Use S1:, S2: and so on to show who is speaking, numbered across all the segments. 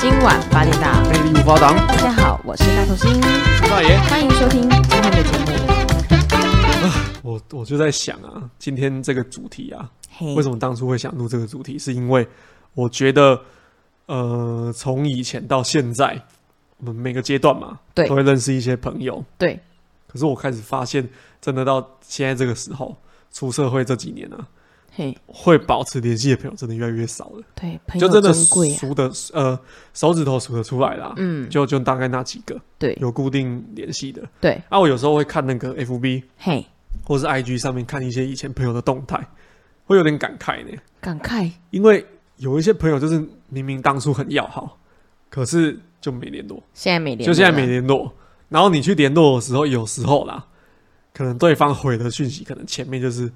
S1: 今晚八点档，
S2: 魅力无法挡，
S1: 大家好，我是大头星，
S2: 吴大爷。
S1: 欢迎收听今天的节目。
S2: 我我就在想啊，今天这个主题啊，
S1: 嘿
S2: 为什么当初会想录这个主题？是因为我觉得，呃，从以前到现在，我们每个阶段嘛，
S1: 对
S2: 都会认识一些朋友。
S1: 对，
S2: 可是我开始发现，真的到现在这个时候，出社会这几年啊，
S1: 嘿，
S2: 会保持联系的朋友真的越来越少了，
S1: 对，朋
S2: 就
S1: 友
S2: 真的
S1: 珍贵啊，
S2: 数的、呃手指头数得出来啦。
S1: 嗯，
S2: 就就大概那几个
S1: 对
S2: 有固定联系的，
S1: 对，
S2: 啊，我有时候会看那个 FB
S1: 嘿，
S2: 或是 IG 上面看一些以前朋友的动态，会有点感慨呢。
S1: 感慨，
S2: 因为有一些朋友就是明明当初很要好，可是就没联络，
S1: 现在每年
S2: 就现在没联络。然后你去联络的时候，有时候啦，可能对方回的讯息，可能前面就是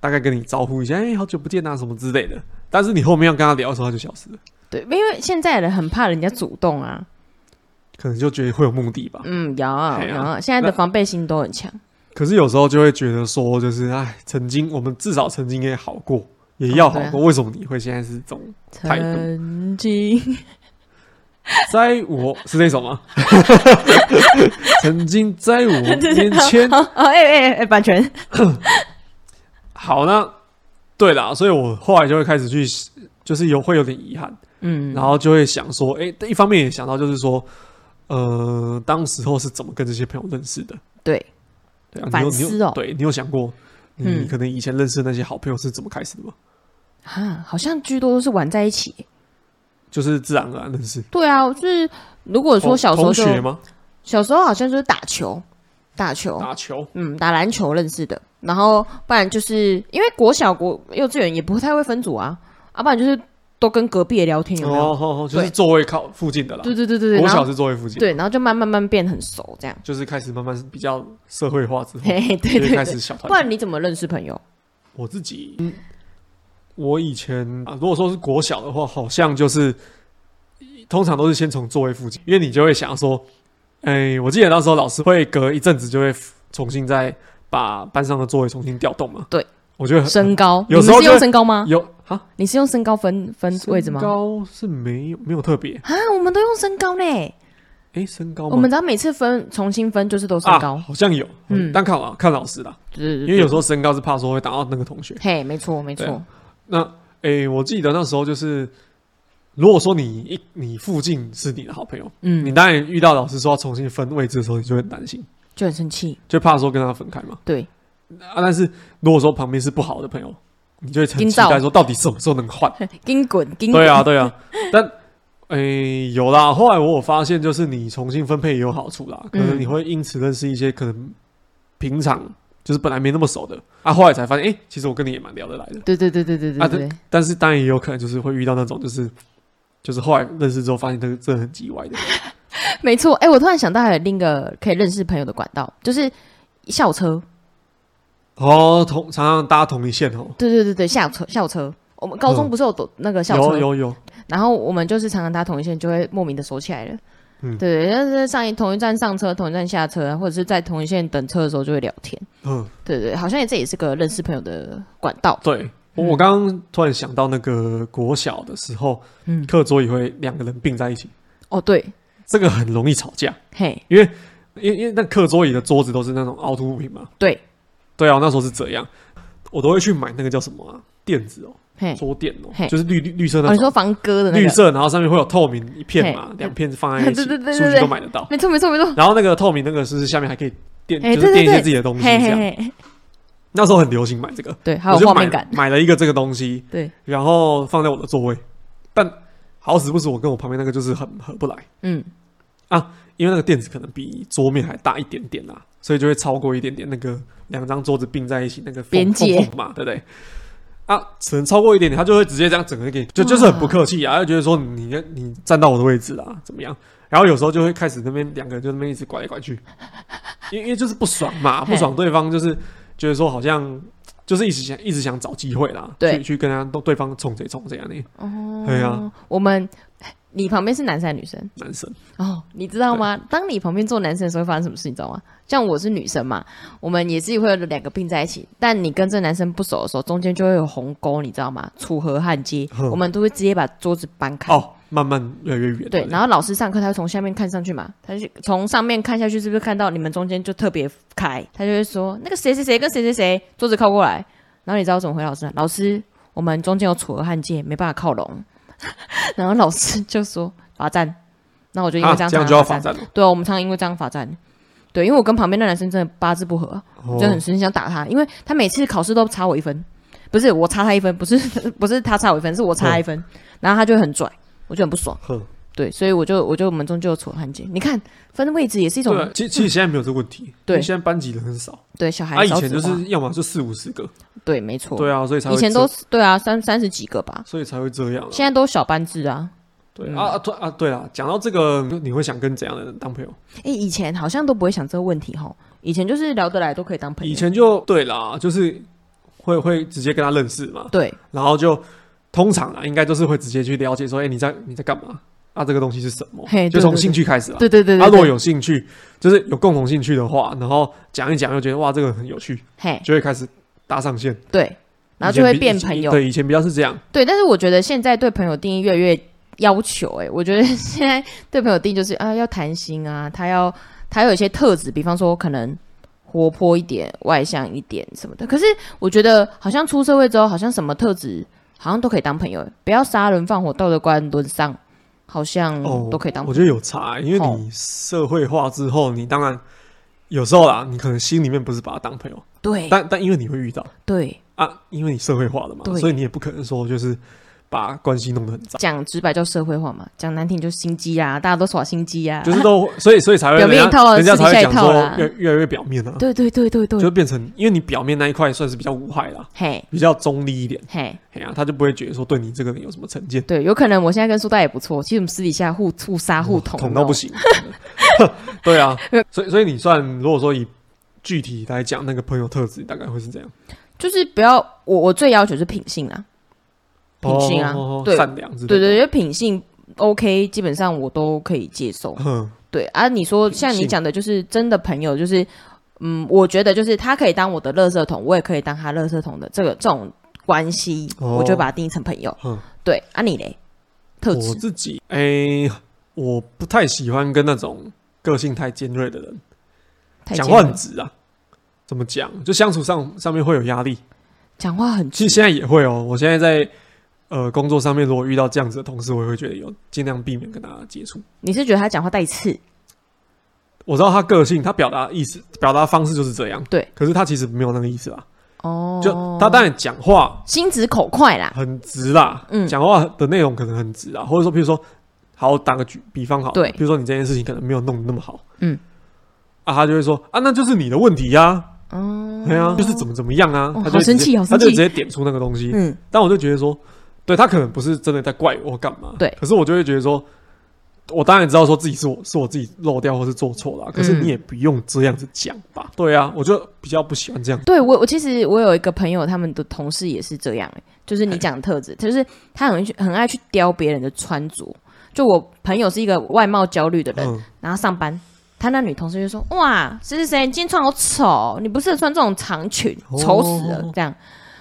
S2: 大概跟你招呼一下，哎、好久不见啊，什么之类的。但是你后面要跟他聊的时候，他就消失了，
S1: 对，因为现在的人很怕人家主动啊，
S2: 可能就觉得会有目的吧。
S1: 嗯，有啊
S2: 嘿啊
S1: 有啊，现在的
S2: 那
S1: 防备心都很强，
S2: 可是有时候就会觉得说，就是哎，曾经我们至少曾经也好过，也要好
S1: 哦对
S2: 过，为什么你会现在是这种态度
S1: 曾经
S2: 在我是那首 吗？曾经在我面前。
S1: 哦哦，哎哎哎，版权，
S2: 好，那对啦，所以我后来就会开始去，就是有会有点遗憾，
S1: 嗯，
S2: 然后就会想说，哎、一方面也想到就是说，呃，当时候是怎么跟这些朋友认识的？
S1: 对，
S2: 对啊，你有
S1: 反
S2: 你
S1: 思
S2: 有
S1: 哦
S2: 对你有想过，你
S1: 嗯
S2: 可能以前认识的那些好朋友是怎么开始的吗？
S1: 啊，好像居多都是玩在一起。
S2: 就是自然而然认识。
S1: 对啊，就是如果说
S2: 同
S1: 小时候
S2: 哦同
S1: 就
S2: 学吗？
S1: 小时候好像就是打球，打球，
S2: 打球，
S1: 嗯，打篮球认识的。然后不然就是因为国小国幼稚园也不太会分组啊，啊，不然就是都跟隔壁的聊天有没有？
S2: 哦哦，哦就是
S1: 对
S2: 座位靠附近的啦。
S1: 对对对对对，
S2: 我
S1: 然
S2: 小
S1: 后
S2: 是座位附近，
S1: 对，然后就慢慢慢变很熟这样。
S2: 就是开始慢慢比较社会化之后，
S1: 嘿嘿，对
S2: 就会
S1: 对
S2: 开
S1: 对
S2: 始。小团
S1: 不
S2: 体。
S1: 然你怎么认识朋友？
S2: 我自己，我以前啊，如果说是国小的话，好像就是通常都是先从座位附近，因为你就会想说，哎、我记得那时候老师会隔一阵子就会重新再把班上的座位重新调动嘛。
S1: 对，
S2: 我觉得很
S1: 身高，
S2: 有
S1: 你
S2: 时
S1: 们
S2: 候
S1: 是
S2: 就
S1: 用
S2: 会
S1: 身高吗？
S2: 有啊，
S1: 你是用身高分分位置吗
S2: 身？高是没有没有特别，
S1: 啊，我们都用身高嘞。
S2: 哎、身高吗
S1: 哦我们只要每次分重新分就是都身高
S2: 啊，，好像有，嗯
S1: 嗯，
S2: 但看老看老师啦，
S1: 因
S2: 因为有时候身高是怕说会打到那个同学。
S1: 嘿，没错没
S2: 对
S1: 错
S2: 啊，那诶、我记得那时候就是，如果说你一你附近是你的好朋友，你
S1: 嗯，
S2: 当然遇到老师说要重新分位置的时候，你就会很担心，
S1: 就很生气。
S2: 就怕说跟他分开嘛。
S1: 对，
S2: 啊，但是如果说旁边是不好的朋友，你就会很
S1: 营
S2: 期
S1: 造
S2: 待说到底什么时候能换？
S1: 跟滚跟
S2: 对啊，对啊。但诶、有啦。后来我有发现，就是你重新分配也有好处啦，可能
S1: 嗯
S2: 你会因此认识一些可能平常就是本来没那么熟的啊，后来才发现，诶、其实我跟你也蛮聊得来的。
S1: 对对对对对
S2: 啊
S1: 对对，
S2: 但是当然也有可能就是会遇到那种就是就是后来认识之后发现这个真的很叽歪的，
S1: 没错。哎、我突然想到还有另一个可以认识朋友的管道，就是校车。
S2: 哦，同常常搭同一线哦，
S1: 对对对对，校车校车。我们高中
S2: 嗯
S1: 不是有走那个校车，
S2: 有有有，
S1: 然后我们就是常常搭同一线，就会莫名的熟起来了。
S2: 嗯
S1: 对对，就是上一同一站上车，同一站下车，或者是在同一线等车的时候就会聊天。
S2: 嗯，
S1: 对对，好像也这也是个认识朋友的管道。
S2: 对。
S1: 嗯
S2: 我我刚刚突然想到，那个国小的时候，
S1: 嗯，
S2: 课桌也会两个人并在一起，
S1: 哦对，
S2: 这个很容易吵架，
S1: 嘿，
S2: 因为因为那课桌椅的桌子都是那种凹凸不平嘛。
S1: 对，
S2: 对啊，我那时候是这样，我都会去买那个叫什么啊垫子哦，
S1: 嘿，
S2: 桌垫哦
S1: 嘿，
S2: 就是绿绿绿色
S1: 哦
S2: 那
S1: 你
S2: 种，
S1: 说房哥的那
S2: 绿
S1: 个，
S2: 色，然后上面会有透明一片嘛
S1: 嘿，
S2: 两片放在一
S1: 对
S2: 起，
S1: 对对对
S2: 书
S1: 对
S2: 局都买得到。
S1: 没错没错没错，
S2: 然后那个透明那个是不是下面还可以垫，
S1: 哎
S2: 就是
S1: 对对
S2: 垫一些
S1: 对
S2: 自己的东西
S1: 嘿
S2: 这
S1: 嘿
S2: 样。
S1: 嘿，
S2: 那时候很流行买这个，
S1: 对，还
S2: 我
S1: 有
S2: 就
S1: 画
S2: 买
S1: 面
S2: 了
S1: 感，
S2: 买了一个这个东西，
S1: 对，
S2: 然后放在我的座位，但好死不死我跟我旁边那个就是很合不来，
S1: 嗯，
S2: 因为那个垫子可能比桌面还大一点点啦、所以就会超过一点点那个两张桌子并在一起那个缝
S1: 边界
S2: 缝缝嘛，对不对？啊，只能超过一点点，他就会直接这样整个给，就就是很不客气啊，就觉得说你你站到我的位置啦，怎么样？然后有时候就会开始那边两个人就那边一直拐来拐去，因为因为就是不爽嘛，
S1: 嘿
S2: 不爽对方就是觉得说好像就是一直想一直想找机会啦，
S1: 对
S2: 去去跟他对对方冲谁冲谁啊，那
S1: 哦，
S2: 对啊，
S1: 我们你旁边是男生还是女生？
S2: 男生
S1: 哦，你知道吗？当你旁边坐男生的时候，会发生什么事？你知道吗？像我是女生嘛，我们也是会有两个并在一起，但你跟这男生不熟的时候，中间就会有鸿沟，你知道吗？楚河汉街，
S2: 嗯
S1: 我们都会直接把桌子搬开。
S2: 哦，慢慢越来越远。
S1: 对，然后老师上课他会从下面看上去嘛，他就从上面看下去，是不是看到你们中间就特别开？他就会说那个谁谁谁跟谁谁谁桌子靠过来，然后你知道我怎么回老师、啊？老师，我们中间有楚河汉界，没办法靠拢。 然后老师就说罚站，那我就因为
S2: 啊
S1: 这样
S2: 这样
S1: 常
S2: 就要
S1: 常
S2: 罚
S1: 罚站。
S2: 站了，
S1: 对啊，我们常常因为这样罚站。对，因为我跟旁边那男生真的八字不合，
S2: 哦
S1: 就很生气想打他，因为他每次考试都差我一分，不是我差他一分，不是 不是他差我一分，是我差他一分，然后他就很拽，我就很不爽。
S2: 哦哼，
S1: 对，所以我就我就我们中就有楚汉界。你看分位置也是一种
S2: 对啊，其其实现在没有这个问题，
S1: 对
S2: 因为现在班级人很少，
S1: 对小
S2: 啊，
S1: 孩
S2: 以
S1: 少
S2: 前
S1: 子
S2: 就
S1: 化，
S2: 是要么就四五十个，
S1: 对，没错，
S2: 对啊，所以才会
S1: 以前都
S2: 这
S1: 是对啊，三三十几个吧，
S2: 所以才会这样啊。
S1: 现在都小班制啊。
S2: 对
S1: 嗯
S2: 啊啊对啊对啦，讲到这个，你会想跟怎样的人当朋友？
S1: 哎，以前好像都不会想这个问题吼，以前就是聊得来都可以当朋友。
S2: 以前就对啦，就是会会直接跟他认识嘛，
S1: 对
S2: 然后就通常啊，应该就是会直接去了解说，哎、你在你在干嘛？啊，这个东西是什么
S1: 嘿？
S2: 就
S1: 对
S2: 从
S1: 对
S2: 兴趣开始啊。
S1: 对对对
S2: 他
S1: 对
S2: 如果
S1: 对，
S2: 有兴趣，就是有共同兴趣的话，然后讲一讲，又觉得哇，这个很有趣，
S1: 嘿，
S2: 就会开始搭上线，
S1: 对，然后
S2: 以前
S1: 就会
S2: 比
S1: 变
S2: 以前
S1: 朋友。
S2: 对，以前比较是这样，
S1: 对，但是我觉得现在对朋友定义越来越要求、欸，我觉得现在对朋友定义就是啊，要谈心啊，他要他有一些特质，比方说可能活泼一点、外向一点什么的。可是我觉得好像出社会之后，好像什么特质好像都可以当朋友、欸不要杀人放火、道德观沦丧，好像
S2: 哦，
S1: 嗯都可以当朋
S2: 我
S1: 友。
S2: 觉得有差、欸因为
S1: 哦
S2: 你社会化之后，你当然有时候啦，你可能心里面不是把他当朋友，
S1: 对
S2: 但但因为你会遇到
S1: 对，
S2: 啊，因为你社会化了嘛，
S1: 对
S2: 所以你也不可能说就是把关系弄得很糟，
S1: 讲直白叫社会化嘛，讲难听就心机啊，大家都耍心机啊。
S2: 就是都所以所以才会
S1: 表面
S2: 人
S1: 一套
S2: 家人家
S1: 私底
S2: 才
S1: 下
S2: 会
S1: 一
S2: 讲
S1: 套
S2: 说
S1: 啦
S2: 越越来越表面啊，
S1: 对对对对对
S2: 就，变成因为你表面那一块算是比较无害啦，
S1: 嘿
S2: 比较中立一点，
S1: 嘿。
S2: 哎呀、他就不会觉得说对你这个人有什么成见。
S1: 对，有可能我现在跟苏大也不错，其实我们私底下互互杀互捅，
S2: 捅到不
S1: 行。
S2: 行。 对啊，所以所以你算，如果说以具体来讲，那个朋友特质大概会是这样：
S1: 就是不要我我最要求是品性啊，品性啊
S2: 哦
S1: 对
S2: 善良之类
S1: 对
S2: 的。
S1: 对，因为品性 OK，基本上我都可以接受。
S2: 哼，
S1: 对啊，你说像你
S2: 哦性
S1: 讲的，就是真的朋友，就是嗯，我觉得就是他可以当我的垃圾桶，我也可以当他垃圾桶的这个这种关系，
S2: 哦
S1: 我就把它定义成朋友。
S2: 嗯
S1: 对啊，你嘞特
S2: 我
S1: 质
S2: 自己诶、我不太喜欢跟那种个性太尖锐的人
S1: 太
S2: 讲
S1: 尖
S2: 话
S1: 锐
S2: 很直啊。怎么讲？就相处上上面会有压力。
S1: 讲话很
S2: 其实现在也会哦。我现在在呃工作上面，如果遇到这样子的同事，我也会觉得有尽量避免跟他接触。
S1: 你是觉得他讲话带刺？
S2: 我知道他个性，他表达意思、表达方式就是这样。
S1: 对，
S2: 可是他其实没有那个意思啊。
S1: 哦，
S2: 就他当然讲话
S1: 心直口快啦，
S2: 很直啦，
S1: 嗯
S2: 讲话的内容可能很直啦，啊或者说，譬如说，好，打个举比方好了，
S1: 对
S2: 比如说你这件事情可能没有弄得那么好，
S1: 嗯，
S2: 啊，他就会说啊，那就是你的问题呀、
S1: 哦，
S2: 对啊，就是怎么怎么样啊，
S1: 哦
S2: 他
S1: 好
S2: 就
S1: 生
S2: 直接
S1: 气好
S2: 他
S1: 生
S2: 就直
S1: 气
S2: 接点出那个东西，
S1: 嗯，
S2: 但我就觉得说，对他可能不是真的在怪我干嘛，
S1: 对
S2: 可是我就会觉得说。我当然知道说自己是我是我自己漏掉或是做错了啊，可是
S1: 嗯
S2: 你也不用这样子讲吧？对啊，我就比较不喜欢这样。
S1: 对我，我其实我有一个朋友，他们的同事也是这样、欸，就是
S2: 嗯
S1: 你讲的特质，就是他很去很爱去雕别人的穿着。就我朋友是一个外貌焦虑的人，
S2: 嗯，
S1: 然后上班，他那女同事就说：“哇，谁谁谁，你今天穿好丑，哦你不适合穿这种长裙，丑死了。
S2: 哦
S1: 这样，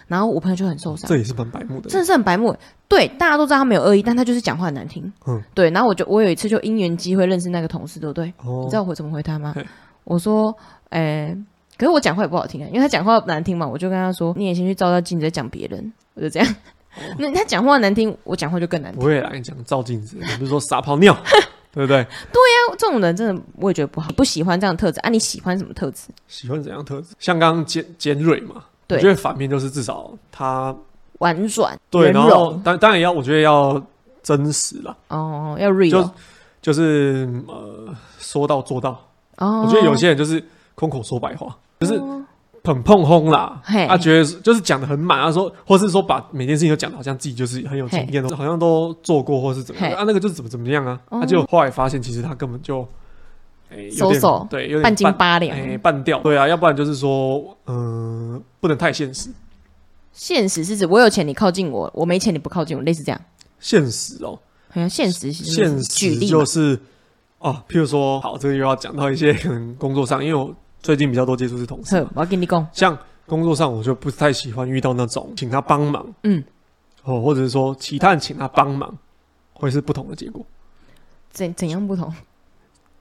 S1: 然后我朋友就很受伤
S2: 这，也是蛮白目的。
S1: 真的是很白目欸。对，大家都知道他没有恶意，但他就是讲话很难听。
S2: 嗯
S1: 对。然后我就我有一次就因缘机会认识那个同事，对不对？
S2: 哦
S1: 你知道我怎么回他吗
S2: 嘿？
S1: 我说，诶、可是我讲话也不好听啊，因为他讲话难听嘛，我就跟他说，你也先去照照镜子再讲别人，我就这样。
S2: 哦
S1: 那他讲话难听，我讲话就更难
S2: 不
S1: 听。
S2: 会啦，你讲照镜子，你不是说撒泡尿， 对不对？
S1: 那这种人真的我也觉得不好，不喜欢这样的特质啊。你喜欢什么特质？
S2: 喜欢怎样特质？像刚刚尖尖锐嘛，
S1: 对
S2: 我觉得反面就是至少他
S1: 婉转、
S2: 对，
S1: 圆
S2: 然后
S1: 融
S2: 当当然要，我觉得要真实啦，
S1: 哦，要
S2: 就
S1: real
S2: 就是呃说到做到。
S1: 哦。
S2: 我觉得有些人就是空口说白话，就是
S1: 哦
S2: 很碰轰啦，
S1: 嘿
S2: 他觉得是就是讲的很满，他说或是说把每件事情都讲的好像自己就是很有经验，好像都做过或是怎么样
S1: 嘿
S2: 啊，那个就是怎么怎么样啊，
S1: 哦
S2: 他就后来发现其实他根本就。哎有点
S1: So-so，
S2: 对，有点
S1: 半斤八两，
S2: 哎、半吊，对啊，要不然就是说，嗯、不能太现实，
S1: 现实是指我有钱你靠近我，我没钱你不靠近我，类似这样。
S2: 现实哦，
S1: 好像现实是什么
S2: 现
S1: 嗯举
S2: 实
S1: 例
S2: 就
S1: 嘛
S2: 是哦，譬如说，好，这个又要讲到一些可能工作上，因为我最近比较多接触是同事
S1: 呵
S2: 嘛，
S1: 我要跟你讲，
S2: 像工作上我就不太喜欢遇到那种请他帮忙，
S1: 嗯，
S2: 哦，或者是说其他人请他帮忙，会是不同的结果。
S1: 怎怎样不同？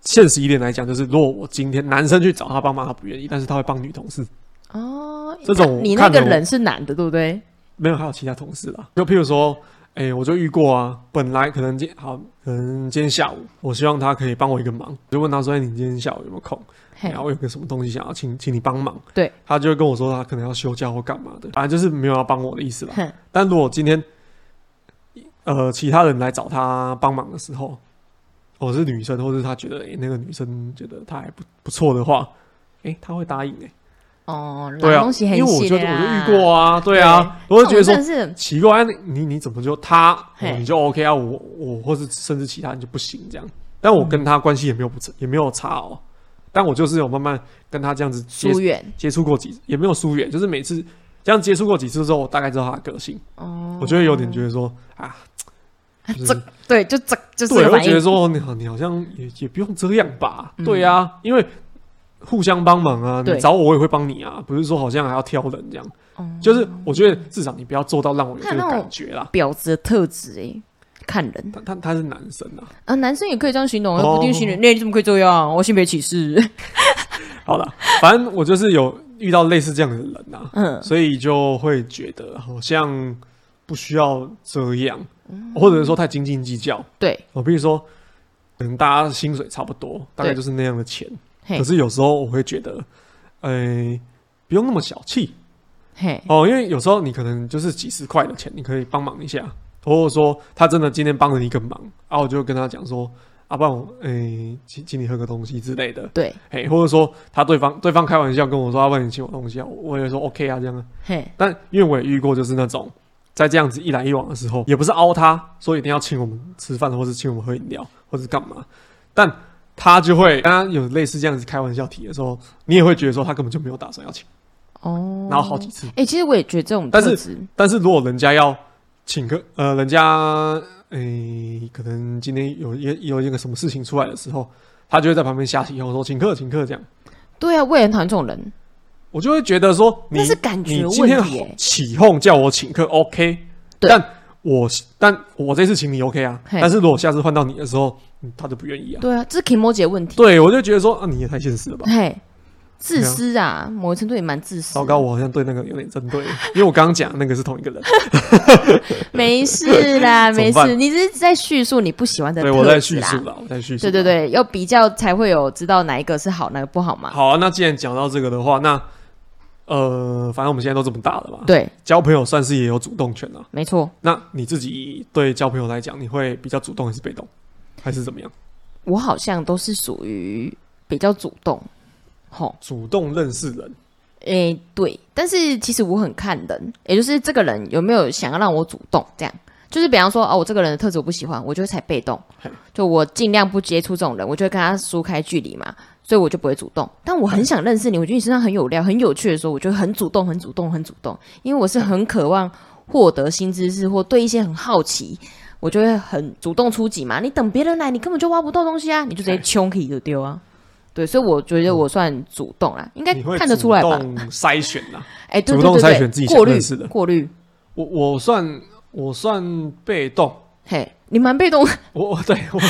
S2: 现实一点来讲，就是如果我今天男生去找他帮忙，他不愿意，但是他会帮女同事，
S1: 哦，
S2: 这种
S1: 你那
S2: 看
S1: 个
S2: 了我
S1: 人是男的，对不对？
S2: 没有还有其他同事啦。就譬如说，哎、我就遇过啊，本来可能今好，可能今天下午，我希望他可以帮我一个忙，我就问他说，哎、你今天下午有没有空？
S1: 嘿
S2: 然，后我有个什么东西想要请请你帮忙，
S1: 对，
S2: 他就会跟我说他可能要休假或干嘛的，反正就是没有要帮我的意思啦。
S1: 哼，
S2: 但如果今天呃其他人来找他帮忙的时候，我是女生，或者是他觉得、哎诶那个女生觉得他还不不错的话，哎、他会答应哎、
S1: 哦，
S2: 对
S1: 老
S2: 啊，
S1: 东西很
S2: 因为我
S1: 细
S2: 就
S1: 的
S2: 我
S1: 啦
S2: 就遇过啊，对啊，
S1: 对
S2: 我就觉得
S1: 这种真的
S2: 说
S1: 是
S2: 奇怪，你你你怎么就他、
S1: 嘿
S2: 哦你就 OK 啊，我我或是甚至其他人就不行这样，但
S1: 嗯
S2: 我跟他关系也没有不也没有差哦，但我就是有慢慢跟他这样子接
S1: 疏远
S2: 接触过几，也没有疏远，就是每次这样接触过几次之后，我大概知道他的个性，
S1: 哦。哎
S2: 我就会有点觉得说啊，就是
S1: 这对，就这就是这
S2: 对，
S1: 个
S2: 我
S1: 反
S2: 觉得
S1: 应。
S2: 说你好，你好像也也不用这样吧？
S1: 嗯
S2: 对啊，因为互相帮忙啊，
S1: 对
S2: 你找我我也会帮你啊，不是说好像还要挑人这样。
S1: 哦
S2: 就是我觉得至少你不要做到让我有这
S1: 看
S2: 个
S1: 那种
S2: 感觉啦。
S1: 婊子的特质哎，看人
S2: 他他他是男生啊，
S1: 啊，男生也可以这样形容，
S2: 哦
S1: 不定性人，那你怎么可以这样？我性别歧视。
S2: 好了，反正我就是有遇到类似这样的人啊，
S1: 嗯，
S2: 所以就会觉得好像不需要这样，
S1: 嗯
S2: 或者是说太斤斤计较。
S1: 对，
S2: 我比如说，可能大家薪水差不多，大概
S1: 对
S2: 就是那样的钱。
S1: 嘿
S2: 可是有时候我会觉得，哎、不用那么小气
S1: 嘿，
S2: 哦，因为有时候你可能就是几十块的钱，你可以帮忙一下，或者说他真的今天帮了你一个忙，啊，我就跟他讲说，啊，不然我，哎、请请你喝个东西之类的，
S1: 对，
S2: 哎、或者说他对方对方开玩笑跟我说，要、啊、不然你请我东西啊，我我也说 OK 啊这样啊，
S1: 嘿，
S2: 但因为我也遇过，就是那种在这样子一来一往的时候，也不是凹他说一定要请我们吃饭，或是请我们喝饮料，或是干嘛，但他就会跟他有类似这样子开玩笑题的时候，你也会觉得说他根本就没有打算要请，
S1: 哦，
S2: 然后好几次。
S1: 哎，其实我也觉得这种
S2: 但是
S1: 特质，
S2: 但是如果人家要请客，呃，人家诶、可能今天有一有一个什么事情出来的时候，他就会在旁边瞎起哄说请客请客这样，
S1: 对啊，我也很讨厌这种人，
S2: 我就会觉得说你
S1: 那是感觉
S2: 你
S1: 的
S2: 今天
S1: 问题
S2: 好
S1: 哎。
S2: 起哄叫我请客，OK？
S1: 对
S2: 但我但我这次请你 OK 啊，
S1: 嘿
S2: 但是如果下次换到你的时候，嗯他就不愿意啊。
S1: 对啊，这是 Kimoji 的问题。
S2: 对，我就觉得说啊，你也太现实了吧！
S1: 嘿，自私啊，某一程度也蛮自私。
S2: 糟糕，，我好像对那个有点针 对，因为我刚刚讲那个是同一个人，
S1: 没事啦，
S2: 怎
S1: 没
S2: 么办
S1: 事，你只是在叙述你不喜欢的
S2: 对
S1: 特质啦。
S2: 我在叙述啦，我在叙述。
S1: 对对。对，要比较才会有知道哪一个是好，哪个不好嘛。
S2: 好啊，那既然讲到这个的话，那呃，反正我们现在都这么大了嘛，
S1: 对，
S2: 交朋友算是也有主动权啊。
S1: 没错，
S2: 那你自己对交朋友来讲，你会比较主动还是被动，还是怎么样？
S1: 我好像都是属于比较主动，吼，
S2: 主动认识人，
S1: 诶、对，但是其实我很看人，也就是这个人有没有想要让我主动，这样，就是比方说，哦，我这个人的特质我不喜欢，我就会才被动
S2: 嘿，
S1: 就我尽量不接触这种人，我就会跟他疏开距离嘛，所以我就不会主动。但
S2: 嗯
S1: 我很想认识你，我觉得你身上很有料、很有趣的时候，我就会很主动、很主动、很主动，因为我是很渴望获得新知识或对一些很好奇。我就会很主动出击嘛，你等别人来，你根本就挖不到东西啊，你就直接
S2: 嘿
S1: 冲可以就丢啊。对，所以我觉得我算主动啦，应该
S2: 你会
S1: 看得出来吧
S2: 主？动筛选啊呐、
S1: 哎，对对
S2: 主动
S1: 对
S2: 筛
S1: 对
S2: 选自己想
S1: 过滤
S2: 认识的
S1: 过滤。
S2: 我我算我算被动，
S1: 嘿，你蛮被动。
S2: 我我对我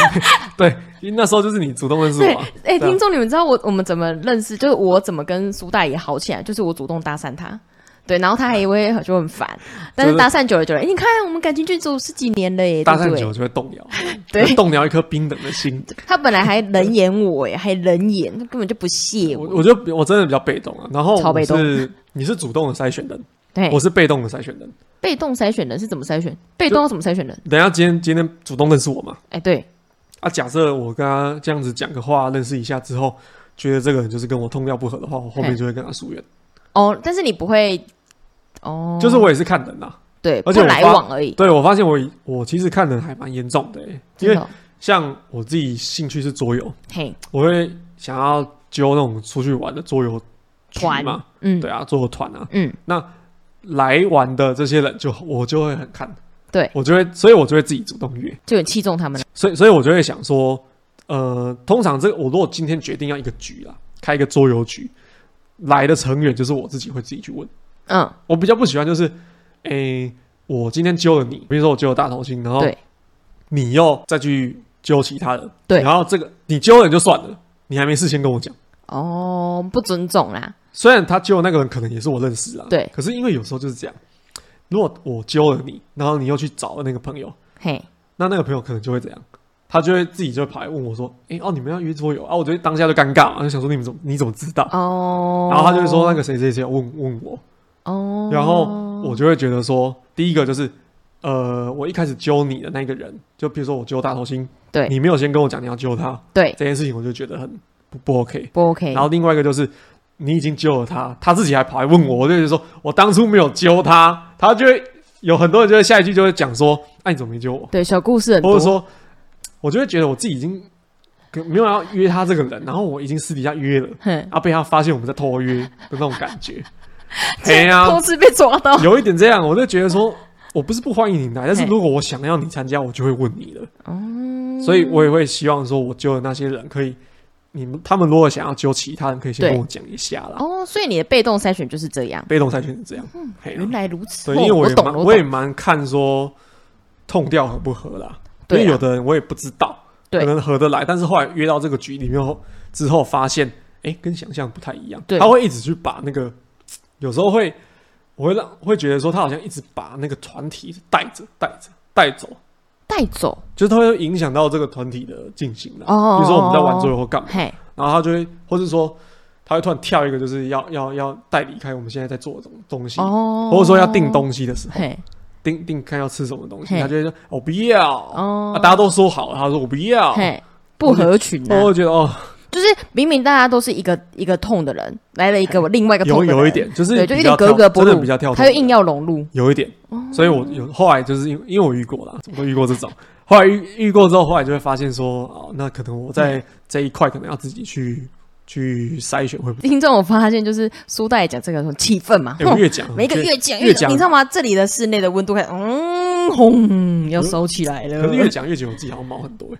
S2: 对，因为那时候就是你主动认识
S1: 对
S2: 我、啊，，
S1: 哎，
S2: 对啊
S1: 听众，你们知道我我们怎么认识？就是我怎么跟苏大爷好起来，就是我主动搭讪他。对，然后他还以为就很 烦，但是
S2: 就是
S1: 搭讪久了久了，哎你看我们感情就走十几年了耶，
S2: 搭
S1: 对
S2: 讪
S1: 不
S2: 久了
S1: 对？
S2: 就会动摇，
S1: 对
S2: 就动摇一颗冰冷的心。
S1: 他本来还冷眼我耶，还冷眼，他根本就不屑
S2: 我
S1: 我。
S2: 我就比我真的比较被动啊，然后
S1: 超被动
S2: 我是你是主动的筛选人，
S1: 对
S2: 我，是被动的筛选人。
S1: 被动筛选人是怎么筛选？被动要怎么筛选人？
S2: 等一下今天今天主动认识我嘛？
S1: 哎，对，
S2: 啊，假设我跟他这样子讲个话，认识一下之后，觉得这个人就是跟我通调不合的话，我后面
S1: 嘿
S2: 就会跟他疏远。
S1: 哦，但是你不会，哦，
S2: 就是我也是看人啊，
S1: 对，不
S2: 而且我
S1: 来
S2: 发
S1: 往而已，
S2: 对我发现我我其实看人还蛮严重的、欸，因
S1: 真
S2: 为
S1: 的哦。
S2: 像我自己兴趣是桌游，
S1: 嘿，
S2: 我会想要揪那种出去玩的桌游局
S1: 团
S2: 嘛，
S1: 嗯，
S2: 对啊，桌游团啊，
S1: 嗯，
S2: 来玩的这些人就我就会很看，
S1: 对
S2: 我就会，所以我就会自己主动约，
S1: 就很器重他们了。
S2: 所以所以我就会想说，呃，通常这个我如果今天决定要一个局啦，开一个桌游局，来的成员就是我自己会自己去问，
S1: 嗯，
S2: 我比较不喜欢就是，诶、我今天揪了你，比如说我揪了大头星，然后
S1: 对
S2: 你又再去揪其他人，
S1: 对
S2: 然后这个你揪人就算了，你还没事先跟我讲。
S1: 哦，不尊重啦，
S2: 虽然他揪的那个人可能也是我认识啊，
S1: 对
S2: 可是因为有时候就是这样，如果我揪了你，然后你又去找了那个朋友，
S1: 嘿，
S2: 那那个朋友可能就会怎样？他就会自己就会跑来问我说：“哎、哦，你们要约桌游啊？”我觉得当下就尴尬嘛，就想说你们怎么你怎么知道？
S1: 哦，
S2: 然后他就会说那个谁谁谁有问问我，
S1: 哦，
S2: 然后我就会觉得说，第一个就是，呃，我一开始揪你的那个人，就比如说我揪大头星，
S1: 对
S2: 你没有先跟我讲你要揪他
S1: 对
S2: 这件事情，我就觉得很不不 OK。
S1: 不 OK，
S2: 然后另外一个就是，你已经揪了他，他自己还跑来问我，我就觉得说我当初没有揪他，他就会有很多人就会下一句就会讲说，哎、你怎么没揪我？
S1: 对小故事很多，
S2: 或者说，我就会觉得我自己已经跟没有要约他这个人，然后我已经私底下约了，
S1: 哼，
S2: 啊，被他发现我们在偷约的那种感 觉。哎呀、
S1: 偷吃被抓 到，
S2: 有一点这样，我就觉得说，我不是不欢迎你来，但是
S1: 嘿
S2: 如果我想要你参加，我就会问你了。
S1: 哦，
S2: 所以我也会希望说，我揪的那些人可以，你们他们如果想要揪其他人，可以先
S1: 对
S2: 跟我讲一下啦。
S1: 哦，嗯所以你的被动筛选就是这样，
S2: 被动筛选是这样，嘿啦
S1: 原来如此，
S2: 对，
S1: 哦
S2: 因为我
S1: 我
S2: 也
S1: 懂
S2: 蛮
S1: 了，我
S2: 我也
S1: 懂了，
S2: 蛮看说痛调合不合啦，因
S1: 对
S2: 为
S1: 啦
S2: 有的人我也不知道，
S1: 对
S2: 可能合得来，但是后来约到这个局里面后之后，发现哎、诶跟想象不太一样，
S1: 对
S2: 他会一直去把那个，有时候会我会让会觉得说他好像一直把那个团体带着带着带走，
S1: 带走，
S2: 就是他会影响到这个团体的进行啦。
S1: 哦
S2: 比如说我们在玩桌游或干嘛，
S1: 嘿，
S2: 然后他就会，或是说他会突然跳一个，就是要要要带离开我们现在在做的东东西，
S1: 哦，
S2: 嗯或者说要订，东西的时候。
S1: 嘿，
S2: 定定看要吃什么东西，
S1: 嘿
S2: 他就会说我不要、
S1: 哦
S2: 啊，大家都说好了，他说我不要，
S1: 嘿，不合群啊
S2: 我，会觉得哦，
S1: 就是明明大家都是一个一个痛的人，来了一个另外一个
S2: 有
S1: 痛的人，
S2: 有一点就是
S1: 对，就有
S2: 比
S1: 点
S2: 较
S1: 格
S2: 跳
S1: 格不
S2: 真
S1: 入，
S2: 的比较跳脱
S1: 他就硬要融入，
S2: 有一点，
S1: 哦
S2: 所以我有后来就是因为因为我遇过啦，我遇过这种，后来遇遇过之后，后来就会发现说哦，那可能我在这一块可能要自己去去筛选，会不会？
S1: 听众我发现就是苏大爷讲这个很气愤嘛，
S2: 哎
S1: 哼
S2: 我越讲
S1: 每个
S2: 我觉得
S1: 越讲
S2: 越讲
S1: 你知道吗？这里的室内的温度开始，嗯，轰，要收起来了
S2: 可。嗯是越讲越觉得我自己好像 毛很多、欸，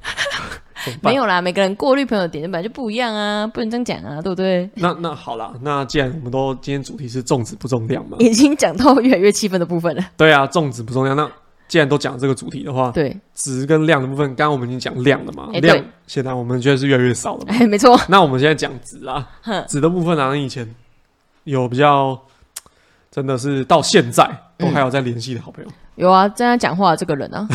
S2: 怎么办
S1: 没。有啦，每个人过滤朋友的点本来就不一样啊，不能这样讲啊，对不 对？
S2: 那那好啦，那既然我们都今天主题是重质不重量嘛，
S1: 已经讲到越来越气愤的部分了。
S2: 对啊，重质不重量。那既然都讲这个主题的话，
S1: 对，
S2: 值跟量的部分，刚刚我们已经讲量了嘛，
S1: 哎对
S2: 量现在我们觉得是越来越少了嘛。
S1: 哎，没错，
S2: 那我们现在讲值啊
S1: 哼，
S2: 值的部分啊，你以前有比较，真的是到现在都还有在联系的好朋友。
S1: 有啊，这样讲话的这个人啊，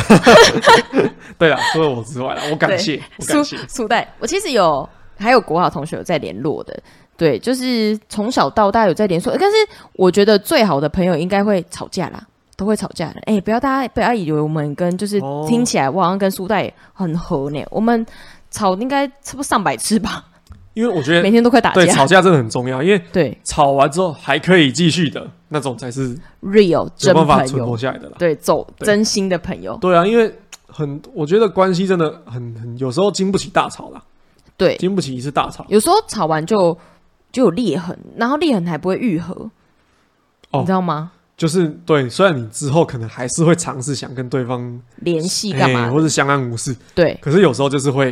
S2: 对啦，除了我之外啦，啊我感谢，我
S1: 苏
S2: 感谢。
S1: 苏代，我其实有还有国好同学有在联络的，对，就是从小到大有在联络，但是我觉得最好的朋友应该会吵架啦。都会吵架的，哎、不要大家不要以为我们跟就是
S2: 哦
S1: 听起来我好像跟苏代很合呢，我们吵应该差不多上百次吧，
S2: 因为我觉
S1: 每
S2: 得
S1: 天都快打
S2: 哎对吵
S1: 架。
S2: 架真的很重要，因为
S1: 对
S2: 吵完之后还可以继续的那种才是
S1: r e a l
S2: 有
S1: 真
S2: 办法
S1: 朋
S2: 存活
S1: 友，
S2: 下来的啦。
S1: 对，走
S2: 对
S1: 真心的朋友，
S2: 对啊，因为很我觉得关系真的很很有时候经不起大吵啦，
S1: 对，
S2: 经不起一次大吵。
S1: 有时候吵完就就有裂痕，然后裂痕还不会愈合，
S2: 哦
S1: 你知道吗？
S2: 就是对，虽然你之后可能还是会尝试想跟对方
S1: 联系干嘛
S2: 欸
S1: 的？
S2: 或是相安无事。
S1: 对
S2: 可是有时候就是会，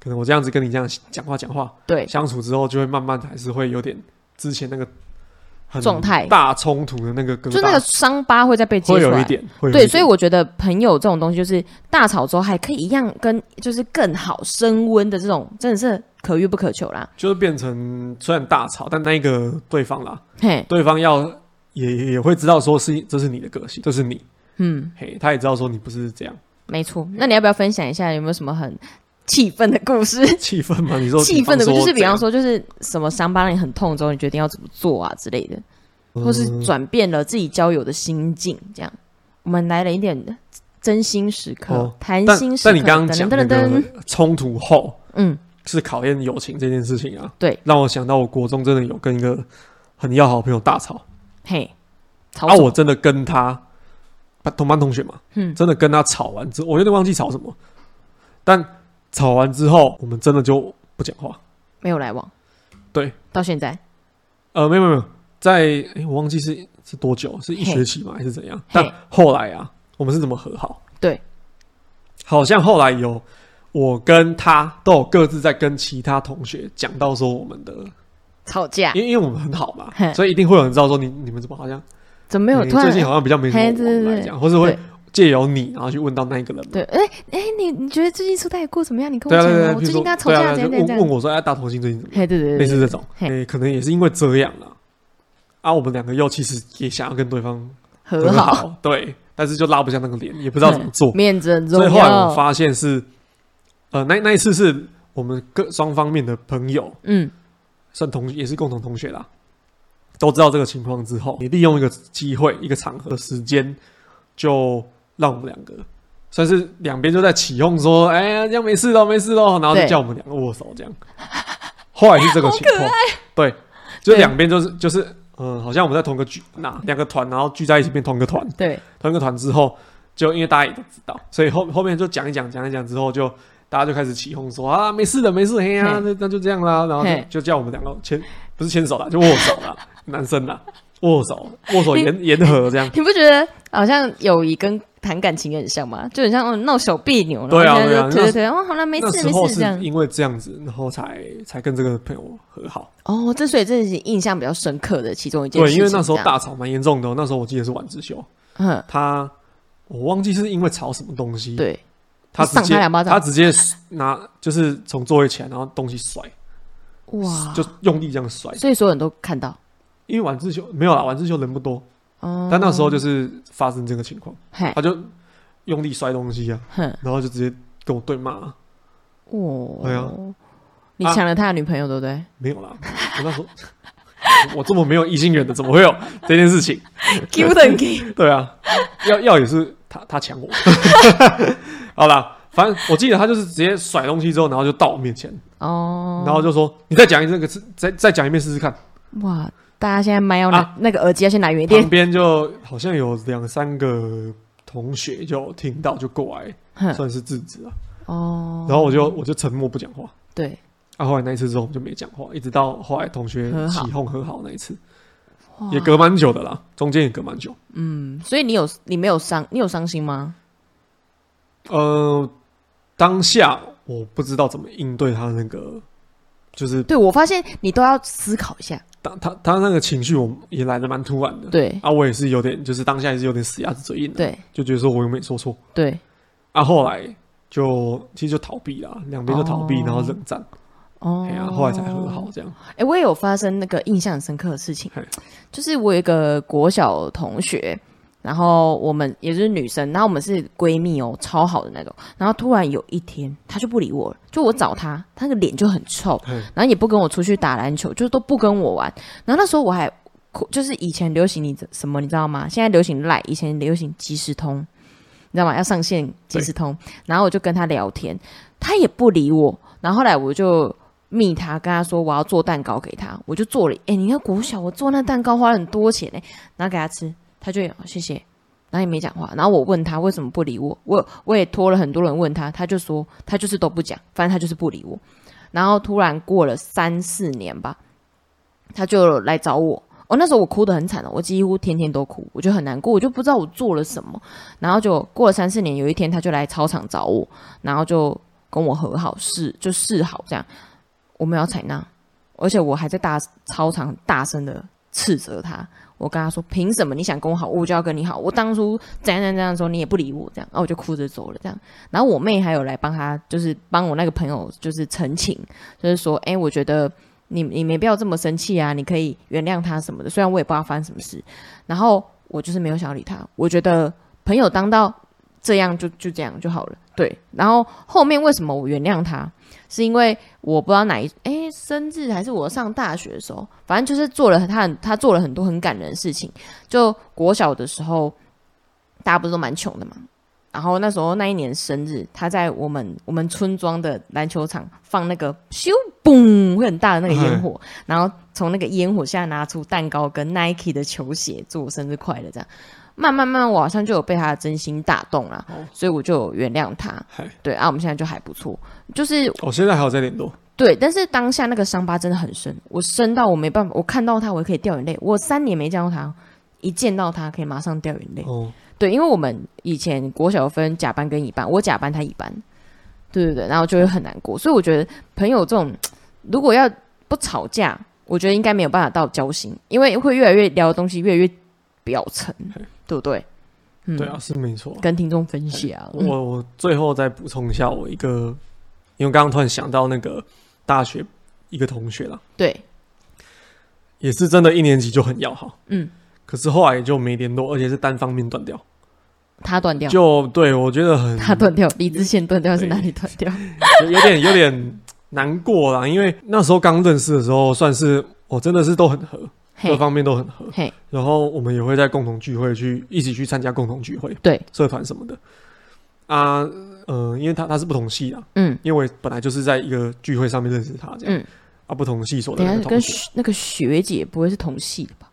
S2: 可能我这样子跟你这样讲话讲话，
S1: 对，
S2: 相处之后就会慢慢还是会有点之前那个很
S1: 状态
S2: 大冲突的那个疙瘩，
S1: 就那个伤疤会再被揭
S2: 会
S1: 出
S2: 有一
S1: 来。
S2: 点，会有一
S1: 对，
S2: 点
S1: 所以我觉得朋友这种东西，就是大吵之后还可以一样跟，就是更好升温的这种，真的是可遇不可求啦。
S2: 就是变成虽然大吵，但那一个对方啦，
S1: 嘿，
S2: 对方要也也会知道说是这是你的个性，这是你，
S1: 嗯，
S2: 嘿，他也知道说你不是这样，
S1: 没错。那你要不要分享一下有没有什么很气愤的故事？
S2: 气愤嘛，你说
S1: 气愤的故
S2: 故
S1: 事，就是比方
S2: 说
S1: 说，就是什么伤疤让你很痛之后，你决定要怎么做啊之类的，
S2: 怎样，
S1: 或是
S2: 嗯
S1: 转变了自己交友的心境，这样。我们来了一点真心时刻
S2: 哦，
S1: 谈、
S2: 但
S1: 心时刻。
S2: 但你刚刚讲
S1: 噔
S2: 那
S1: 噔噔
S2: 个
S1: 噔，
S2: 冲突后，
S1: 嗯，
S2: 是考验友情这件事情啊。
S1: 对，
S2: 让我想到我国中真的有跟一个很要好的朋友大吵，
S1: 嘿，吵
S2: 啊，
S1: 什么
S2: 我真的跟他班同班同学嘛，
S1: 嗯
S2: 真的跟他吵完之后，我有点忘记吵什么，但吵完之后，我们真的就不讲话。
S1: 没有来往，
S2: 对，
S1: 到现在，
S2: 呃，没有没有没有，在诶，我忘记是是多久，是一
S1: 嘿
S2: 学期吗，还是怎样？
S1: 嘿
S2: 但后来啊，我们是怎么和好？
S1: 对，
S2: 好像后来有我跟他都有各自在跟其他同学讲到说我们的
S1: 吵架，
S2: 因为因为我们很好嘛
S1: 嘿，
S2: 所以一定会有人知道说你你们怎么好像
S1: 怎么没有
S2: 你
S1: 突然
S2: 最近好像比较没什么
S1: 嘿
S2: 往
S1: 对对
S2: 来
S1: 对
S2: 这样，或是会
S1: 对
S2: 借由你，然后去问到那一个人嘛。
S1: 对，哎哎，你你觉得最近苏大爷过得怎么样？你跟
S2: 对
S1: 我
S2: 啊，
S1: 讲
S2: 对啊，
S1: 啊，
S2: 对啊
S1: 我
S2: 比
S1: 最
S2: 如说
S1: 近跟他吵架，怎
S2: 对啊
S1: 样
S2: 就
S1: 怎样怎
S2: 问
S1: 样
S2: 问。我说，哎，大头星最近怎么样？
S1: 哎，对对
S2: 类
S1: 对
S2: 似这种，
S1: 嘿
S2: 哎，可能也是因为这样了。啊，我们两个又其实也想要跟对方
S1: 对，和
S2: 和
S1: 好，
S2: 好，对，但是就拉不下那个脸，也不知道怎么做。
S1: 面子很重
S2: 所以
S1: 要。
S2: 后来我发现是，呃，那那一次是我们各双方面的朋友，
S1: 嗯，
S2: 算同也是共同同学啦，都知道这个情况之后，也利用一个机会、一个场合、时间，就让我们两个算是两边就在起哄说：“哎呀，这样没事喽，没事喽。”然后就
S1: 对
S2: 叫我们两个握手这样。后来是这个情况，对，就
S1: 对
S2: 两边就是就是嗯，好像我们在同一个局，那两个团，然后聚在一起变同一个团，
S1: 对，
S2: 同一个团之后，就因为大家也都知道，
S1: 嗯
S2: 所以后后面就讲一讲，讲一讲之后就，大家就开始起哄说啊，没事的，没事，嘿呀、
S1: 嘿
S2: 那那就这样啦，然后
S1: 嘿，
S2: 就就叫我们两个牵，不是牵手啦，就握手啦，男生啦，握手，握手言言和这样
S1: 你不觉得好像友谊跟谈感情也很像吗？就很像哦闹小别扭，
S2: 对啊
S1: 然后现在就
S2: 对啊
S1: 推推推，哦，好了，没
S2: 那
S1: 事
S2: 时
S1: 没
S2: 候
S1: 事这
S2: 是
S1: 样。
S2: 因为这样子，然后才才跟这个朋友和好，
S1: 哦，之所以这是印象比较深刻的其中一件事
S2: 对，
S1: 情，
S2: 因为那时候
S1: 这样，
S2: 大吵蛮严重的哦、那时候我记得是晚自修，
S1: 嗯，
S2: 他我忘记是因为吵什么东西，
S1: 对，
S2: 他
S1: 你
S2: 直
S1: 赏
S2: 接
S1: 他两巴掌
S2: 他直接拿就是从座位起来，然后东西甩，
S1: 哇，
S2: 就用力这样甩。
S1: 所以所有人都看到。
S2: 因为晚自修没有啦，晚自修人不多，
S1: 哦，
S2: 但那时候就是发生这个情况，
S1: 嘿，
S2: 他就用力摔东西啊，
S1: 嗯哼，
S2: 然后就直接跟我对骂，
S1: 哇，
S2: 对啊，
S1: 哦你抢了他的女朋友，对不对？
S2: 没有啦，我那时候 我这么没有异性缘的，怎么会有这件事情？
S1: Q 等 Q，
S2: 对啊，要要也是他他抢我， 好啦，反正我记得他就是直接甩东西之后，然后就到我面前，
S1: 哦，
S2: 然后就说你再讲一这个次，再再讲一遍试试看。
S1: 哇，大家现在麦要拿、
S2: 啊
S1: 那个耳机要先拿远一
S2: 旁
S1: 点，
S2: 边就好像有两三个同学就听到就过来，
S1: 哼，
S2: 算是制止啊。
S1: 哦，
S2: 然后我就我就沉默不讲话。
S1: 对，
S2: 啊，后来那一次之后我们就没讲话，一直到后来同学
S1: 和
S2: 起
S1: 好
S2: 哄和好那一次，
S1: 哇
S2: 也隔蛮久的啦，中间也隔蛮久。
S1: 嗯，所以你有你没有伤，你有伤心吗？
S2: 呃，当下我不知道怎么应对他那个，就是
S1: 对我发现你都要思考一下，
S2: 当他他那个情绪，我也来的蛮突然的。
S1: 对
S2: 啊，我也是有点，就是当下也是有点死鸭子嘴硬的，
S1: 对
S2: 就觉得说我又没说错。
S1: 对，
S2: 啊，后来就其实就逃避啦，两边就逃避，
S1: 哦
S2: 然后冷战，
S1: 哦
S2: 哎，呀、后来才和好。这样。
S1: 哎、我也有发生那个印象深刻的事情
S2: 嘿，
S1: 就是我有一个国小同学，然后我们也是女生，然后我们是闺蜜哦，超好的那种。然后突然有一天，她就不理我了，就我找她，她那个脸就很臭，
S2: 嘿
S1: 然后也不跟我出去打篮球，就都不跟我玩。然后那时候我还哭就是以前流行你知什么你知道吗？现在流行赖，以前流行即时通，你知道吗？要上线即时通，然后我就跟他聊天，他也不理我。然后后来我就密他，跟他说我要做蛋糕给他，我就做了。哎、你看国小我做那蛋糕花了很多钱呢、然后给他吃，他就也哦谢谢，然后也没讲话。然后我问他为什么不理我，我我也托了很多人问他，他就说他就是都不讲，反正他就是不理我。然后突然过了三四年吧，他就来找我。哦，那时候我哭得很惨哦，我几乎天天都哭，我就很难过，我就不知道我做了什么。然后就过了三四年，有一天他就来操场找我，然后就跟我和好，示就示好这样。我没有采纳，而且我还在大操场大声的斥责他。我跟他说：“凭什么你想跟我好，我就要跟你好？我当初怎样怎样怎样的时候，你也不理我，这样，然后我就哭着走了，这样。然后我妹还有来帮他，就是帮我那个朋友，就是澄清，就是说，哎、我觉得你你没必要这么生气啊，你可以原谅他什么的。虽然我也不知道发生什么事，然后我就是没有想理他，我觉得朋友当到这样就就这样就好了。对，然后后面为什么我原谅他，是因为我不知道哪一哎生日还是我上大学的时候，反正就是做了他很他做了很多很感人的事情。就国小的时候，大家不是都蛮穷的嘛。然后那时候那一年生日，他在我们我们村庄的篮球场放那个咻嘣会很大的那个烟火，
S2: 嗯
S1: 然后从那个烟火下拿出蛋糕跟 Nike 的球鞋祝我生日快乐这样。慢慢慢，慢，我好像就有被他的真心打动了，
S2: 哦
S1: 所以我就有原谅他。
S2: 嗨，
S1: 对啊，我们现在就还不错，就是
S2: 我、哦现在还有在联络，
S1: 对，但是当下那个伤疤真的很深，我深到我没办法，我看到他我也可以掉眼泪，我三年没见到他，一见到他可以马上掉眼泪。
S2: 哦，
S1: 对，因为我们以前国小有分甲班跟乙班，我甲班，他乙班，对对对，然后就会很难过。所以我觉得朋友这种，如果要不吵架，我觉得应该没有办法到交心，因为会越来越聊的东西越来越表层，对不对？嗯，
S2: 对啊，，是没错。
S1: 跟听众分享。嗯
S2: 我我最后再补充一下，我一个，因为刚刚突然想到那个大学一个同学啦，
S1: 对，
S2: 也是真的一年级就很要好，
S1: 嗯，
S2: 可是后来也就没联络，而且是单方面断掉。
S1: 他断掉，
S2: 就对我觉得很
S1: 他断掉，理智线断掉是哪里断掉？
S2: 有有点有点难过啦，因为那时候刚认识的时候，算是我真的是都很合，各
S1: 嘿，
S2: 方面都很合。
S1: 嘿，
S2: 然后我们也会在共同聚会去一起去参加共同聚会，
S1: 对，
S2: 社团什么的。啊，呃，因为他他是不同系啊，
S1: 嗯
S2: 因为我本来就是在一个聚会上面认识他这样，
S1: 嗯，
S2: 啊，不同系所的
S1: 等一
S2: 那个
S1: 下跟
S2: 同学，
S1: 学那个学姐不会是同系的吧？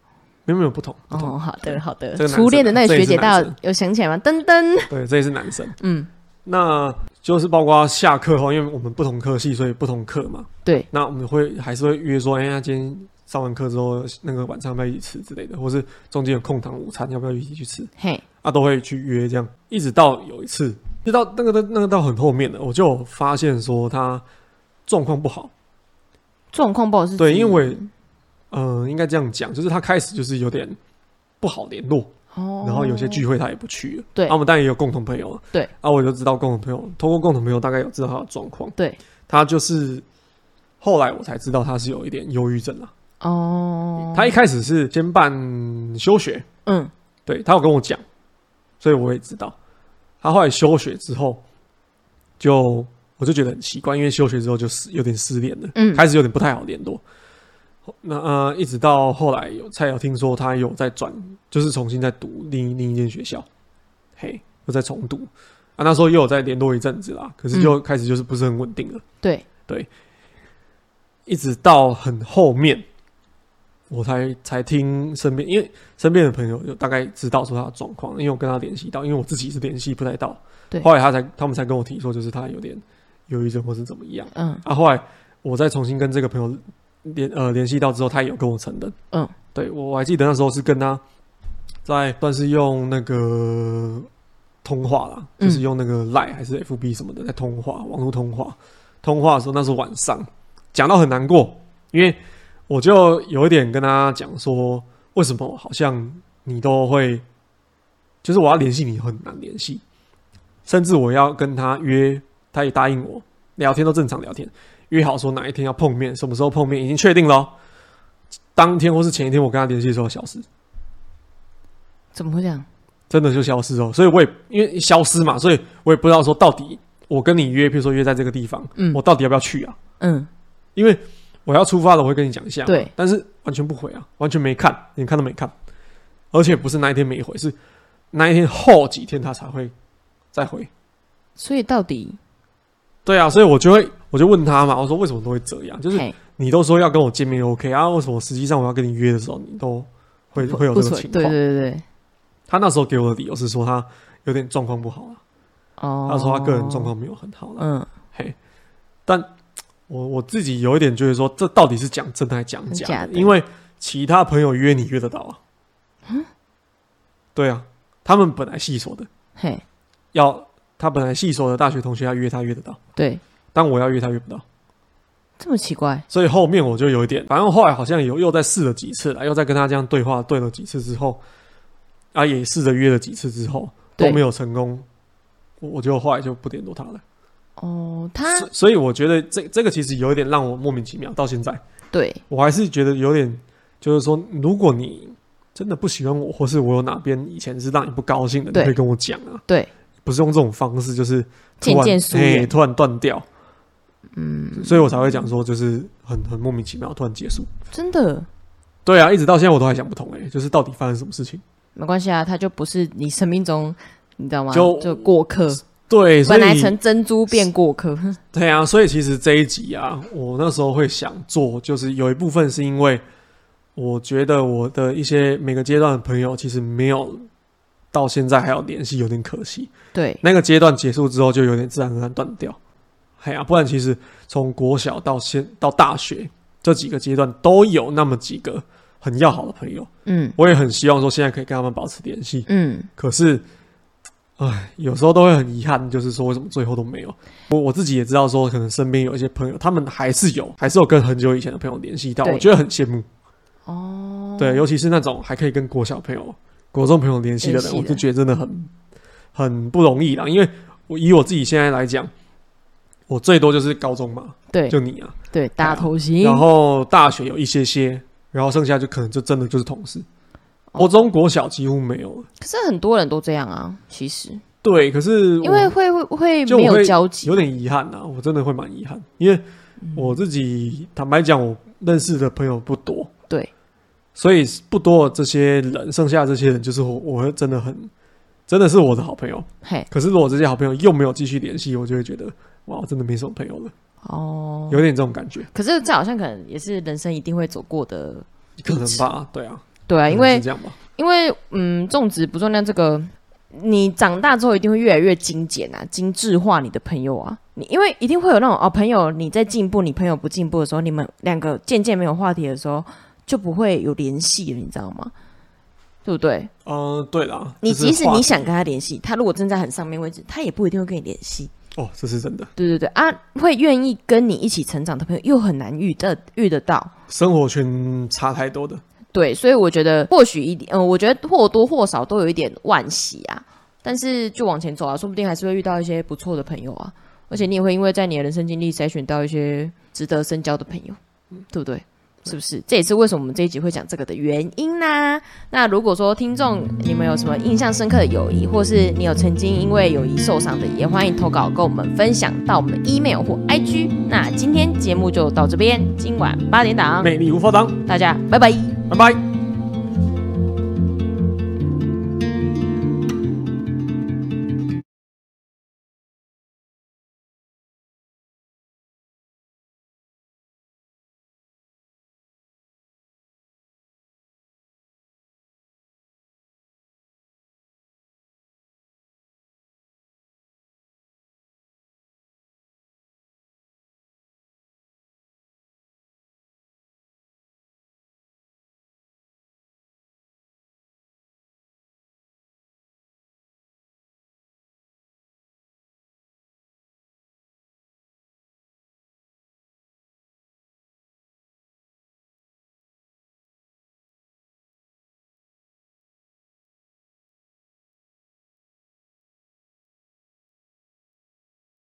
S2: 没有没有不同，不同
S1: 哦，好的好的
S2: 这个，男
S1: 初恋的
S2: 生啊
S1: 那个
S2: 这也
S1: 学
S2: 是
S1: 姐，大家
S2: 男生
S1: 有想起来吗？噔噔，
S2: 对，这也是男生。
S1: 嗯，
S2: 那就是包括下课后，因为我们不同科系，所以不同课嘛。
S1: 对。
S2: 那我们会还是会约说，哎、呀，今天上完课之后，那个晚上要不要一起吃之类的，或是中间有空堂午餐要不要一起去吃
S1: 嘿，
S2: 啊，都会去约这样。一直到有一次，就到那个那个到很后面了，我就有发现说他状况不好。
S1: 状况不好是指
S2: 对因为嗯、应该这样讲，就是他开始就是有点不好联络，
S1: 哦，
S2: 然后有些聚会他也不去了。
S1: 对
S2: 啊，我们当然也有共同朋友啊。
S1: 对，
S2: 啊，我就知道共同朋友，通过共同朋友大概有知道他的状况。
S1: 对，
S2: 他就是后来我才知道他是有一点忧郁症啦。
S1: 哦，
S2: 他一开始是先办休学，
S1: 嗯
S2: 对他有跟我讲，所以我也知道。他后来休学之后，就我就觉得很奇怪，因为休学之后就失有点失联了，
S1: 嗯
S2: 开始有点不太好联络。那呃，一直到后来有才有听说他有在转，就是重新在读另一另一间学校，嘿，又在重读啊。那时候又有在联络一阵子啦，可是就开始就是不是很稳定了。
S1: 对，
S2: 一直到很后面，我才才听身边，因为身边的朋友有大概知道说他的状况，因为我跟他联系到，因为我自己是联系不太到。
S1: 对
S2: 后来他才他们才跟我提说，就是他有点忧郁症或是怎么样。
S1: 嗯
S2: 啊，后来我再重新跟这个朋友联呃联系到之后，他也有跟我承认。
S1: 嗯，
S2: 对我我还记得那时候是跟他在算是用那个通话啦，
S1: 嗯
S2: 就是用那个 Line 还是 FB 什么的在通话，网络通话。通话的时候那是晚上，讲到很难过，因为我就有一点跟他讲说，为什么好像你都会，就是我要联系你很难联系，甚至我要跟他约，他也答应我，聊天都正常聊天，约好说哪一天要碰面，什么时候碰面，已经确定了哦。当天或是前一天，我跟他联系的时候消失，
S1: 怎么会这样？
S2: 真的就消失哦。所以我也因为消失嘛，所以我也不知道说到底我跟你约，譬如说约在这个地方，
S1: 嗯
S2: 我到底要不要去啊？
S1: 嗯，
S2: 因为我要出发了，我会跟你讲一下嘛。
S1: 对
S2: 但是完全不回啊，完全没看，连看都没看，而且不是那一天没回，是那一天后几天他才会再回。
S1: 所以到底
S2: 对啊，所以我就会我就问他嘛，我说为什么都会这样？就是
S1: 嘿
S2: 你都说要跟我见面 OK 啊，为什么实际上我要跟你约的时候，你都会会有
S1: 不
S2: 这种
S1: 存
S2: 情
S1: 对对
S2: 况？
S1: 对对，
S2: 他那时候给我的理由是说他有点状况不好啊，
S1: 哦，
S2: 他说他个人状，况没有很好了。
S1: 嗯，
S2: 嘿，但我我自己有一点觉得说，这到底是讲真的还讲假
S1: 假的
S2: 因为其他朋友约你约得到啊。
S1: 嗯
S2: 对啊，他们本来系所的
S1: 嘿，
S2: 要，他本来系所的大学同学要约他约得到，
S1: 对，
S2: 但我要约他约不到，
S1: 这么奇怪，
S2: 所以后面我就有一点，反正后来好像有又再试了几次了，又再跟他这样对话对了几次之后，啊也试着约了几次之后
S1: 对
S2: 都没有成功，我我就后来就不联络他了。
S1: 哦，他
S2: 所所以我觉得这这个其实有一点让我莫名其妙，到现在。
S1: 对，
S2: 我还是觉得有点，就是说，如果你真的不喜欢我，或是我有哪边以前是让你不高兴的，
S1: 对
S2: 你可以跟我讲啊。
S1: 对，
S2: 不是用这种方式，就是突
S1: 渐
S2: 然
S1: 渐疏
S2: 嘿
S1: 远
S2: 突然断掉，
S1: 嗯，
S2: 所以我才会讲说，就是很很莫名其妙突然结束。
S1: 真的
S2: 对啊，一直到现在我都还想不通哎、就是到底发生什么事情？
S1: 没关系啊，他就不是你生命中。你知道吗？
S2: 就
S1: 就过客，
S2: 对，所
S1: 本来
S2: 以
S1: 成珍珠变过客。
S2: 对啊，所以其实这一集啊，我那时候会想做，就是有一部分是因为我觉得我的一些每个阶段的朋友其实没有到现在还有联系，有点可惜。
S1: 对，
S2: 那个阶段结束之后，就有点自然而然断掉。哎呀、不然其实从国小到现到大学这几个阶段，都有那么几个很要好的朋友。
S1: 嗯
S2: 我也很希望说现在可以跟他们保持联系，
S1: 嗯，
S2: 可是，唉，有时候都会很遗憾，就是说为什么最后都没有。我我自己也知道说，可能身边有一些朋友，他们还是有，还是有跟很久以前的朋友联系到，
S1: 对
S2: 我觉得很羡慕。
S1: 哦，
S2: 对，尤其是那种还可以跟国小朋友、国中朋友联系的
S1: 联
S2: 人，
S1: 系
S2: 我
S1: 的
S2: 就觉得真的很很不容易啦。因为我以我自己现在来讲，我最多就是高中嘛，
S1: 对
S2: 就你啊，
S1: 对，大头型，
S2: 然后大学有一些些，然后剩下就可能就真的就是同事。
S1: 哦
S2: 国中、国小几乎没有了。
S1: 可是很多人都这样啊，其实
S2: 对，可是
S1: 因
S2: 我
S1: 为会会会
S2: 就
S1: 没有
S2: 我会
S1: 交集
S2: 有，点遗憾呐、啊我真的会蛮遗憾，因为
S1: 嗯
S2: 我自己坦白讲，我认识的朋友不多，
S1: 对，
S2: 所以不多的这些人，剩下的这些人就是我，我会真的很，真的是我的好朋友。
S1: 嘿，
S2: 可是如果这些好朋友又没有继续联系，我就会觉得哇，真的没什么朋友了，
S1: 哦，
S2: 有点这种感觉，
S1: 可是这好像可能也是人生一定会走过的，
S2: 可能吧，对啊，
S1: 对啊，
S2: 可能
S1: 因为
S2: 是这样吧，
S1: 因为嗯，种植不重量这个，你长大之后一定会越来越精简啊，精致化你的朋友啊。你因为一定会有那种哦，朋友你在进步，你朋友不进步的时候，你们两个渐渐没有话题的时候，就不会有联系了，你知道吗？对不对？
S2: 嗯、对啦，
S1: 你
S2: 就是
S1: 即使
S2: 话
S1: 你想跟他联系，他如果正在很上面位置，他也不一定会跟你联系。
S2: 哦，这是真的，
S1: 对对对啊，会愿意跟你一起成长的朋友又很难遇得遇得到。
S2: 生活圈差太多的，
S1: 对，所以我觉得或许一点，嗯、我觉得或多或少都有一点惋惜啊。但是就往前走啊，说不定还是会遇到一些不错的朋友啊，而且你也会因为在你的人生经历筛选到一些值得深交的朋友，对不对？是不是？这也是为什么我们这一集会讲这个的原因啦。那如果说听众你们有什么印象深刻的友谊，或是你有曾经因为友谊受伤的，也欢迎投稿跟我们分享到我们的 email 或 IG。那今天节目就到这边，今晚八点档，
S2: 魅力无法挡，
S1: 大家拜拜。
S2: 拜拜。